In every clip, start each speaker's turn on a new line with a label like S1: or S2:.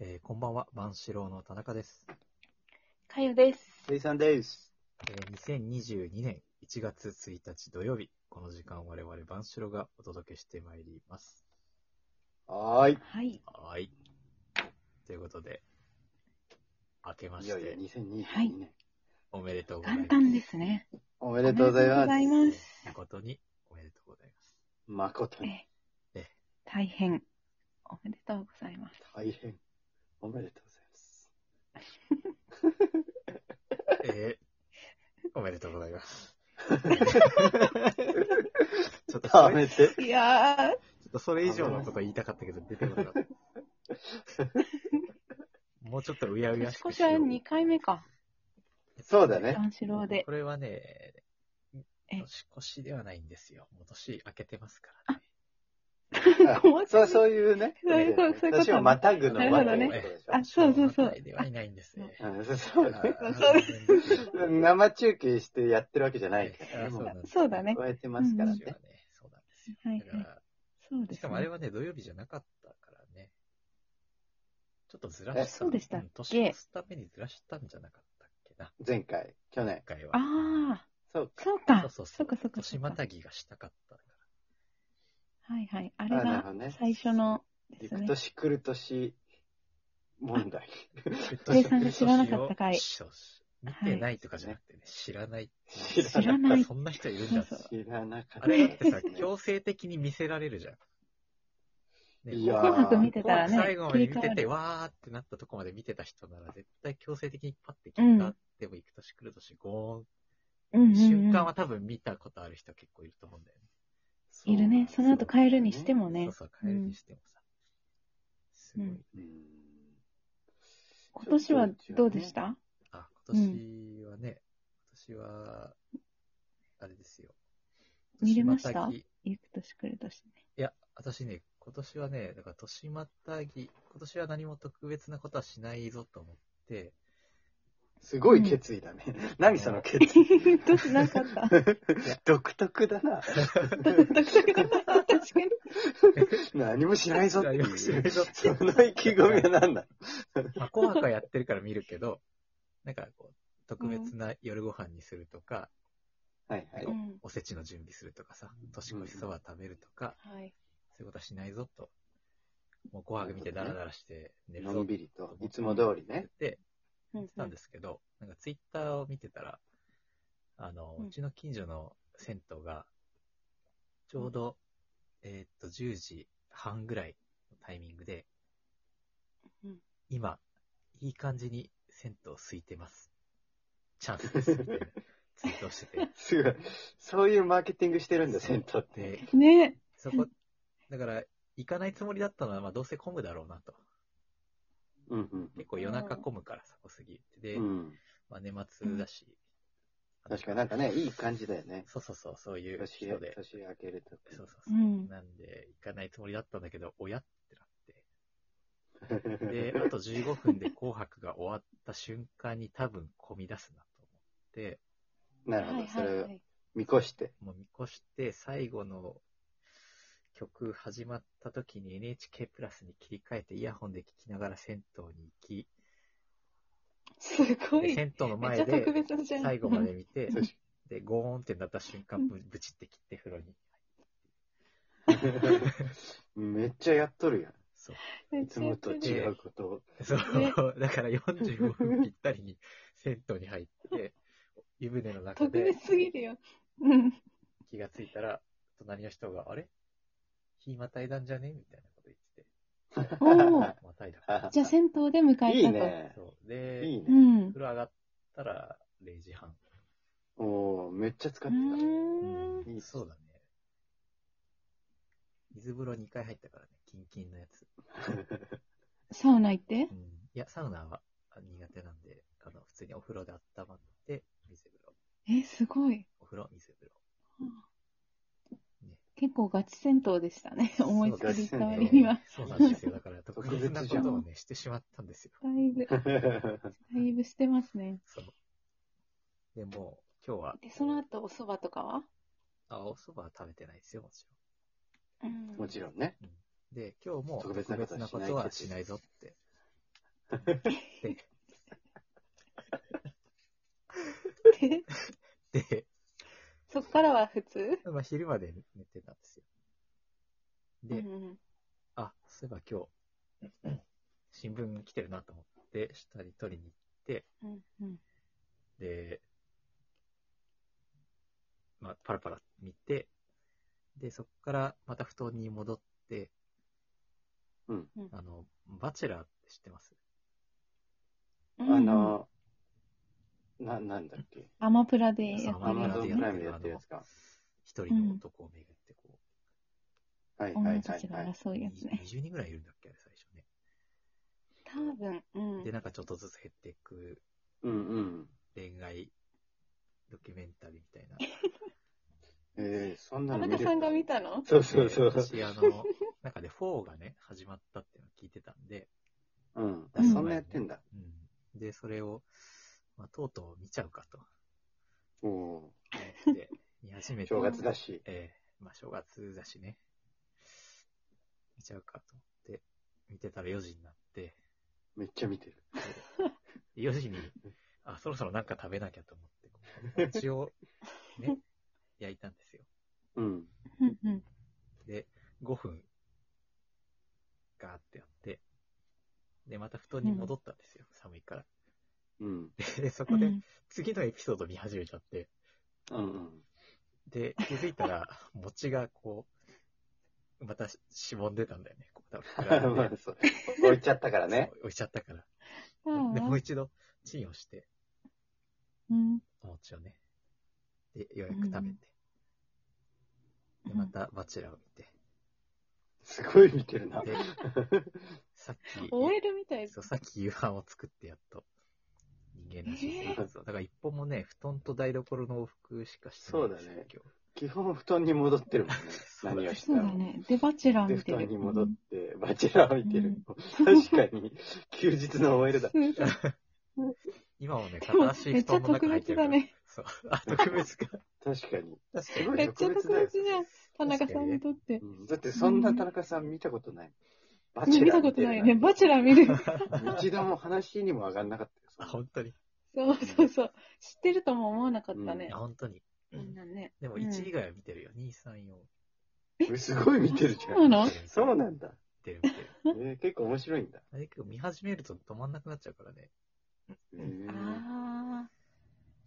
S1: えーこんばんは、万志郎の田中です。
S2: かよです。
S3: A さんです。
S1: えー2022年1月1日土曜日、この時間我々万志郎がお届けしてまいります。
S3: はーい。
S2: はい。
S1: はい。ということで、明けま
S3: い
S1: し
S3: よいよ
S1: て
S2: はい
S3: 2022年。
S1: おめでとうございます。
S2: 元旦ですね。
S3: おめ
S2: お
S3: でとうございま
S2: め
S3: す。
S2: でとうございます
S1: 誠におめでとうございます。
S3: 誠に
S2: え
S1: え
S2: 大変おめでとうございます。
S3: 大変おめでとうございます。
S1: えーおめでとうございます。 ちょっとそ
S3: や
S1: れ、ち
S3: めて。
S2: いやー、
S1: ょっとそれ以上のこと言いたかったけど、出てこなかった。もうちょっとうやうや
S2: 年
S1: し
S2: 越
S1: く
S2: しは
S1: よう
S2: 2回目か。
S3: そうだね。
S2: 三四郎で
S1: こ。れはね、
S2: え
S1: 年越しではないんですよ。もう年明けてますからね。
S3: あ
S2: ごめん
S3: そう、そういうね。
S2: そういうことそういうこと
S3: 年をまたぐのは
S2: なるほどね
S3: ということ
S2: あそうそうそう
S1: 年をまたいではいないんですね。
S3: でしょうんそうね
S2: そう
S3: 生中継してやってるわけじゃないか
S1: あ
S3: らね。
S1: そうなんです
S2: そうだね
S3: こ。うやってますから
S1: 年
S3: ね
S1: は。ね、そうなんですよ。
S2: はい
S1: だか
S2: はい。
S1: ら、
S2: そうで
S1: し
S2: す
S1: かもあれ
S2: ね。
S1: はね、土曜日じゃなかったからね。ちょっとずらした。
S3: え
S2: そうでしたっけ
S1: ん年越すためにずらしたんじゃなかったっけな、
S3: 前回、去年。
S1: 今回は。
S2: あ
S3: そう
S2: ー、
S3: か。
S2: そうか。
S1: そう
S2: そ
S1: そうう
S2: かそうかそ
S1: 年
S2: うか
S1: またぎがしたかったから。
S2: はいはい。あれ
S3: あなる
S2: が
S3: ほどね
S2: 最初ので
S3: 行
S2: す
S3: く
S2: ね。
S3: 年来る年問題。
S2: 計算が知らなかった回
S1: そう見てないとかじゃなくてね、知らない。
S3: 知
S2: 知らない
S1: そんな人いるんだ。
S2: そうそう
S3: 知らなかった。
S1: あれだってさ
S3: そう、
S1: 強制的に見せられるじゃん。
S3: いやー
S2: 紅白見てたらね、
S1: 最後まで見て
S2: 切り替
S1: て、
S2: わる
S1: わーってなったとこまで見てた人なら、絶対強制的にパッて切ったっても行く年来る年、ゴ
S2: うん
S1: ー
S2: う
S1: ン。瞬
S2: んう
S1: 間
S2: ん。
S1: は多分見たことある人結構いると思うんだよね。
S2: いるね。その後変えるにしてもね
S1: そう。そう、変えるにしてもさ。すごい。
S2: うん
S3: うん
S2: 今年はどうでした
S1: あ、今年はね、今年は、あれですよ。
S2: 見れました
S1: 年たぎい
S2: 行く年来る年 ね。
S1: や、私ね、今年はね、だから年またぎ、今年は何も特別なことはしないぞと思って、
S3: すごい決意だね。何その決意
S2: 年なかった。
S3: 独特だな。
S2: 独特だな確かに。
S3: 何もしないぞってい。
S1: 何もしないうぞって
S3: その意気込みは何だ
S1: まあ、紅白はやってるから見るけど、 なんかこう、特別な夜ご飯にするとか、
S3: はいは
S1: う
S3: い。
S2: ん。
S1: おせちの準備するとかさ、年越しそば食べるとか、
S2: はい。
S1: そういうことはしないぞと。もう紅白見てダラダラして寝る
S3: の
S1: ぞ
S3: んびりと、いつも通りね。。
S1: で、
S2: うんう
S1: なん
S2: ん
S1: ですけど、なんかツイッターを見てたら、あの、
S2: うん
S1: うちの近所の銭湯が、ちょうど、えーっと、10時半ぐらいのタイミングで、
S2: うん
S1: 今、いい感じに銭湯空いてます。チャンス です、みたいなツイートをしてて。
S3: すごい。そういうマーケティングしてるんだ、銭湯って。
S1: で、
S2: ね
S1: そこ、だから、行かないつもりだったのは、まあ、どうせ混むだろうなと。
S3: うんうん
S1: 結構夜中混むからさ、小杉って。で、
S3: うん。
S1: まあ、年末だし。
S3: 確かになんかね、いい感じだよね。
S1: そうそうそう、そういう
S3: 年、
S1: 人で。
S3: 年明ける
S1: そ
S3: と。
S1: うそう
S2: う
S1: そう。
S2: ん。
S1: なんで、行かないつもりだったんだけど、親ってなって。で、あと15分で紅白が終わった瞬間に多分混み出すなと思って、
S3: なるほど。それを見越して。
S1: もう見越して最後の曲始まった時に NHK プラスに切り替えてイヤホンで聴きながら銭湯に行き、
S2: すご
S1: で
S2: い。
S1: 銭湯の
S2: めっちゃ
S1: 前
S2: 特
S1: で
S2: 別じゃん。
S1: 最後まで見て
S3: そう、
S1: で、ゴーンってなった瞬間、ぶぶちって切って風呂に。
S3: めっちゃやっとるや
S1: そう。
S2: め
S3: ん。
S2: っ
S3: い
S2: ち
S3: つ
S2: ゃや
S3: も
S2: っ
S3: と
S2: てる
S3: 違うことを。
S1: そう、 だから45分ぴったりに銭湯に入って、湯船の中
S2: 特
S1: で
S2: 別すぎるよ。うん。
S1: 気がついたら、隣の人が、あれ日またいだんじゃねみたいなこと言ってて、
S2: おー
S1: またいだ。
S2: じゃあ銭湯で迎えたと。
S3: いい ね。
S1: そう。で、
S3: いいうね。
S2: ん。う
S1: 風呂上がったら0時半。
S3: おー、めっちゃ使
S2: ー
S3: ってた。
S2: ん。
S3: いい
S1: そうだね。水風呂2回入ったからね、キンキンのやつ。
S2: サウナ行って
S1: うん、いや、サウナは苦手なんで、あの、普通にお風呂で温まって、水風呂。
S2: え、すごい。
S1: お風呂、水風呂。
S2: 結構ガチ銭湯でしたね。思いつきで行った割には。
S1: そうなんですよ。だから、特別な
S3: 特別
S1: こ
S3: じゃん
S1: とをね、してしまったん ですよ。
S2: だいぶ、 だいぶしてますね。
S1: そう。でも、今日は、
S2: で、その後お蕎麦とかは
S1: あ、お蕎麦は食べてないですよ、もち
S2: うん
S3: もちろんね。
S1: ろん。で、今日も
S3: 特
S1: 特
S3: 別なことは
S1: 別なことはしないぞって
S2: で、
S1: で、
S2: そっからは普通
S1: まあ、昼まで寝てたんですよ。で、
S2: うんうん
S1: あ、そういえば今日、新聞来てるなと思って、下に取りに行って、
S2: うんうん
S1: で、まあ、パラパラ見て、で、そこからまた布団に戻って、
S3: うん。
S1: あの、バチェラーって知ってます
S2: うんうん
S3: あ、の、な、なんだっけ。
S2: アマプラでやって
S1: そう
S2: る
S1: ア
S3: アマ
S1: マ
S3: ゾ
S1: プ
S3: ン
S1: ラ
S3: プライムでやってるやつか。
S1: 一人の男を巡って、こ
S3: はいはいは
S2: 女
S3: い
S2: たちが
S3: はい。
S2: 争
S1: う、
S2: うやつね。
S1: 20人ぐらいいるんだっけ、あれ最初ね。
S2: 多分、うん
S1: で、。なんかちょっとずつ減っていく
S3: うんうん。
S1: 恋愛ドキュメンタリーみたいな。
S3: えー、そんな
S2: 田
S3: の見れ
S2: 中
S3: た
S2: さんが見たの
S3: そうそうそう。
S1: で私、あの、中で4がね、始まったっていうのを聞いてたんで、
S3: うん。
S2: うん
S3: そんなやってんだ。
S1: うん。で、それを、まあ、とうとう見ちゃう かと
S3: おお
S1: 思って、見始め
S3: ー。
S1: て。
S3: 正月だし。
S1: ええまあ、正月だしね。見ちゃうかと思って、見てたら4時になって、
S3: めっちゃ見てる。
S1: で4時に、 あ、そろそろなんか食べなきゃと思って、こうお餅を ね、焼いたんですよ。
S3: うん。
S2: うんうん。
S1: で、5分、ガーってやって、で、また布団に戻ったんですよ、寒いから。
S3: うん。
S1: で、そこ
S2: う
S1: で
S2: ん
S1: 次のエピソード見始めちゃって、
S3: うんうん。
S1: で、気づいたら、餅がこう、またししぼんでたんだよね。こう多分膨らんで
S3: まあ、そう。置いちゃったからね
S1: そ。う置いちゃったから。
S2: あ
S1: で、もう
S2: あ
S1: 一度、チンをして、
S2: うん
S1: お餅をね。で、ようやく食べて。で、また、バチェラーを見て。
S3: すごい見てるな。
S1: で、さっ き、
S2: OL みたい
S1: そう、さっき夕飯を作ってやっと。人間らしい生活を。だから一本もね、布団と台所の往復しかしてないんですよ
S3: そうだね 基本布団に戻ってるもんね。何をして
S2: そう
S3: も
S2: だ。ね。で、バチェラー
S3: で、
S2: 見
S3: 布
S2: てる。
S3: 団に戻って、バチェラー見てる。
S2: うん
S3: 確かに、休日の OL だ。
S2: うん
S1: 今もね、片足布団の中入って るから。
S2: めっち
S1: そう。あ、特別か。
S3: 確かに。
S1: 確
S3: すご
S2: め
S3: い
S2: っちゃ特別じゃん、田中さんにとって
S3: う。んだってそんな田中さん見たことない。バ
S2: 見たことないよね。バチェラー見る。
S3: ー。一度も話にも上がんなかった
S1: あ、
S3: よ。
S1: 本当に。
S2: そうそうそう。知ってるとも思わなかった
S1: い
S2: ね
S1: や、。本当に。
S2: みんなね。
S1: でも
S2: うん
S1: 1以外は見てるよ。2、3、
S3: えすごい見てるじゃ。
S2: そうんなの
S1: 4。
S3: そうな
S1: 見
S3: んだ。
S1: てる見てる。
S3: えー結構面白いんだ。
S1: あれ、見始めると止まんなくなっちゃうからね。
S3: えー
S2: あ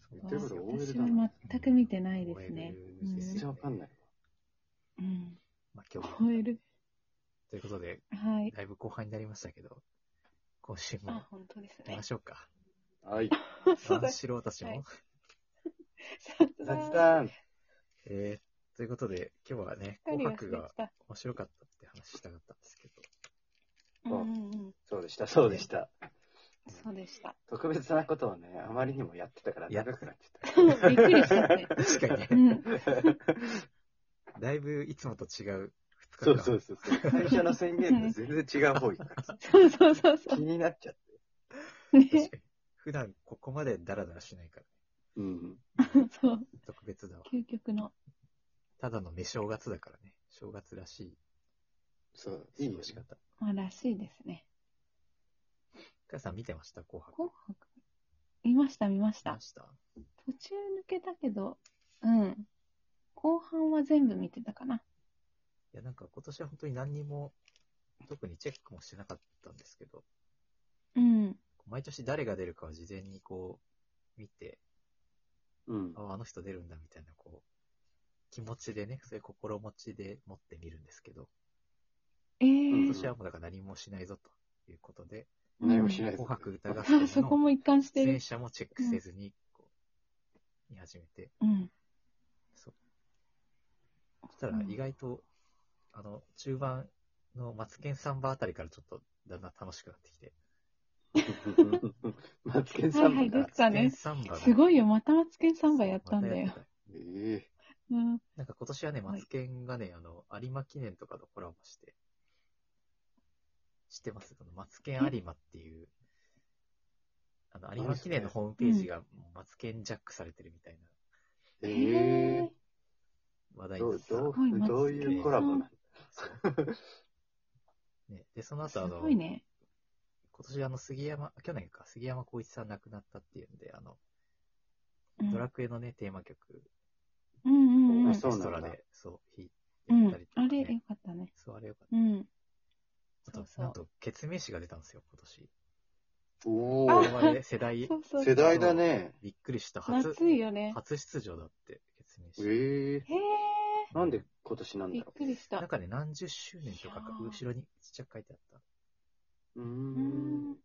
S1: そう
S2: あ、
S1: なん
S3: と
S1: で
S3: いうこ
S1: す
S3: と
S1: よ。
S3: OL
S2: 私
S3: だ
S2: は
S3: な
S2: 全く見てないですね。
S1: OL
S2: うん
S1: です
S3: 全
S1: よ
S3: 然わかんない。
S2: うん。
S1: まあ今日 も
S2: 超える。
S1: ということで、
S2: はい。
S1: だいぶ後半になりましたけど、今週も
S2: あ、本当です
S1: 行き
S2: ね
S1: ま。しょうか。
S3: はい。
S2: そうだ
S1: 三。四郎たちも。
S2: はい
S3: 雑談。
S1: えー、ということで、今日はね、
S2: 二
S1: 紅
S2: 人
S1: 白が
S2: は滑ってた。
S1: 面白かったって話したかったんですけど、
S2: うん
S3: そう
S2: うんうん。
S3: そうでした、そうでした。
S2: そうでした。
S3: 特別なことをね、あまりにもやってたから長くなっちゃっ
S2: びっくりしたね。
S1: 確かにね
S2: う、ん。
S1: だいぶいつもと違う
S3: た。
S1: 2日間。
S3: そう そうそうそう。最初の宣言と全然違う方行ったから
S2: そうそうそうそ
S3: 気になっちゃって。
S2: う。ね
S1: 確。かに普段ここまでダラダラしないから、
S3: うん。
S2: そう。
S1: 特別だわ。
S2: 究極の。
S1: ただのね、正月だからね。正月らし
S3: そう、い
S1: い
S3: い
S1: 過
S3: よ
S1: ご。し方。
S2: まあ、らしいですね。
S1: かさん見てました紅白。
S2: 紅白。見ました、見まし
S1: 見
S2: た
S1: ま。した
S2: 途中抜けたけど、うん。後半は全部見てたかな。
S1: いや、なんか今年は本当に何にも、特にチェックもしてなかったんですけど、
S2: うん。
S1: 毎年誰が出るかは事前にこう、見て、
S3: うん。
S1: ああの人出るんだみたいな、こう、気持ちでね、そういう心持ちで持ってみるんですけど、
S2: ええ
S1: 今
S3: ん
S1: 年はもうだから何もしないぞということで、
S3: 何もしないです。
S1: 紅白歌合
S2: そ
S1: 戦
S2: うそこ
S1: の
S2: も一貫して
S1: 出演
S2: る。
S1: 者もチェックせずに、こう、見始めて、
S2: うん。
S1: そう。そしたら意外と、あの、中盤のマツケンサンバあたりからちょっとだんだん楽しくなってきて。
S3: マツケンさん
S2: はいは
S3: も
S2: い
S3: だ
S2: で。すかね
S1: マツケンサンバが
S2: すごいよ、またマツケンサンバやったんだ
S1: ま
S2: よ
S1: た。やって
S3: ええ
S2: うん。
S1: たなんか今年はね、
S2: はい
S1: マツケンがね、あの、有馬記念とかとコラボして、知ってますあのマツケン有馬っていう、あの、有馬記念のホームページがマツケンジャックされてるみたい
S3: え
S2: え
S3: え
S1: な話題に
S3: ど
S1: なっ
S3: う
S1: てた
S3: ど
S2: ごいう
S3: どういうコラボなの
S1: そうね、で、その後あ
S2: す
S1: の、
S2: ごいね。
S1: 今年あの杉山、去年か、杉山浩一さん亡くなったっていうんで、あの、
S2: うん
S1: ドラクエのね、テーマ曲、
S2: うんうん
S1: オ
S2: うん
S1: ー
S3: あ
S1: ケ
S3: そうなん
S1: ス
S3: だ
S1: トラで、そう、
S2: う
S1: 弾いた
S2: ん
S1: りとか、
S2: あ
S1: ね
S2: れ、よかったね。
S1: そう、あれよかっ
S2: うん。
S1: た。あ
S2: そう
S1: と、
S2: そう
S1: なんと、ケツメイシが出たんですよ、今年。
S3: お
S2: あ
S1: こ
S3: お
S1: れ。まで世代
S2: そ、うそう。
S3: 世代だね。
S1: びっくりした初、
S2: 夏いよね。
S1: 初出場だって、ケツメイシ。
S3: ええ
S2: へえ、
S3: なんで今年なん
S2: びっ
S3: だろ
S2: くりし
S1: なん
S2: た。
S1: かね、何十周年とかか
S2: いや、ー
S1: 後ろにちっちゃく書いてあった。
S3: う。うー。
S2: うんん。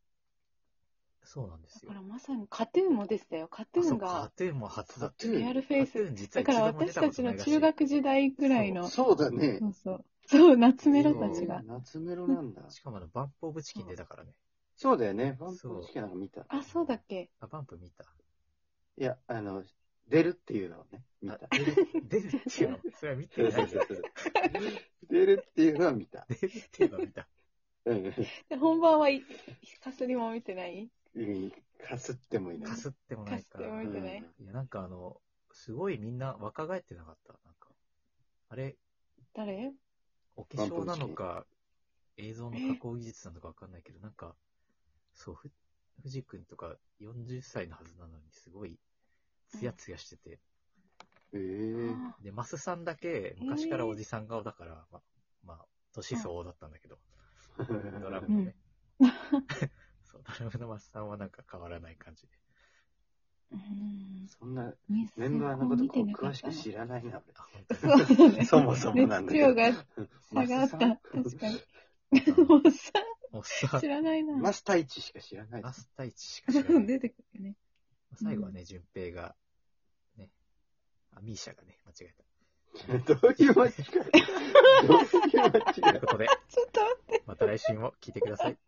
S1: そうなんです
S2: だ
S1: よ
S2: から。まさにカトゥーンも出てたよ。カト
S1: あ
S2: ゥー
S1: そう
S2: ン
S1: カ
S2: が
S1: トゥーンも初だ
S3: カ
S1: っ
S3: ト
S1: て。
S3: ゥ
S2: リア
S3: ー
S2: ル
S3: ン
S2: フェイ
S1: カトゥ
S2: ス。
S1: ーン実
S2: だ
S1: は
S2: か
S1: 一
S2: ら
S1: 度も出
S2: 私
S1: たこ
S2: た
S1: と
S2: ち
S1: な
S2: の
S1: いらしい
S2: 中学時代ぐらいの。そ
S3: そうだね。
S2: うそう。そう、夏メロ
S1: そう
S2: たちが。
S3: 夏メロなんだ。
S1: しかもあの、バンプオブチキン出たからね。
S3: そうだよね。
S1: そ
S3: バ
S1: う
S3: ンプの時期なんか見た。
S2: あ、そうだっけ
S1: あ、バンプ見た。
S3: いや、あの、出るっていうのをね、見
S1: あ
S3: た。
S1: 出る、出るっていうのそれは見て
S3: そう
S1: な
S3: そ
S1: いうじ
S3: そ
S1: ゃん
S3: う。出るっていうのは見た。
S1: 出るっていうのは見た。
S3: うん。
S2: で本番はい、かすりも見てない
S3: うんかすってもいない
S1: か。すってもな
S2: か
S1: い
S2: す
S1: か
S2: りも
S1: ら。
S2: 見
S1: い
S2: てない
S1: や、なんかあの、すごいみんな若返ってなかった。なんか、あれ、
S2: 誰
S1: お化粧なのか、映像の加工技術なのかわかんないけど、なんか、そう、ふ藤君とか40歳のはずなのに、すごい、ツヤツヤしてて。
S3: ええ。
S1: で、マスさんだけ、昔からおじさん顔だから、ま、まあ、年相応だったんだけど、ドラムのね。 そう、ドラムのマスさんはなんか変わらない感じで。
S2: うん
S3: そんな、
S2: ミス
S3: メンバーのことこ
S2: 見て
S3: う
S2: なか
S3: 詳
S2: っ
S3: した
S2: の
S3: く知らないな、
S1: あ、本当に。
S2: そうだよね
S3: 俺。。そもそもなんだ
S2: 熱
S3: け
S2: 量
S3: ど。
S2: が差があった。確かに。おっさ
S1: おっさ
S2: ん知
S1: ん、
S2: らないな。
S3: マスタイチしか知らない。
S1: マスタイチしか知らない。
S2: 出てくるよね。
S1: 最後はね、順平が、ね、あ、ミーシャがね、間違えた。
S3: どうい う間違いどういう間違い
S1: ということで、
S2: ちょっと待って。
S1: また来週も聞いてください。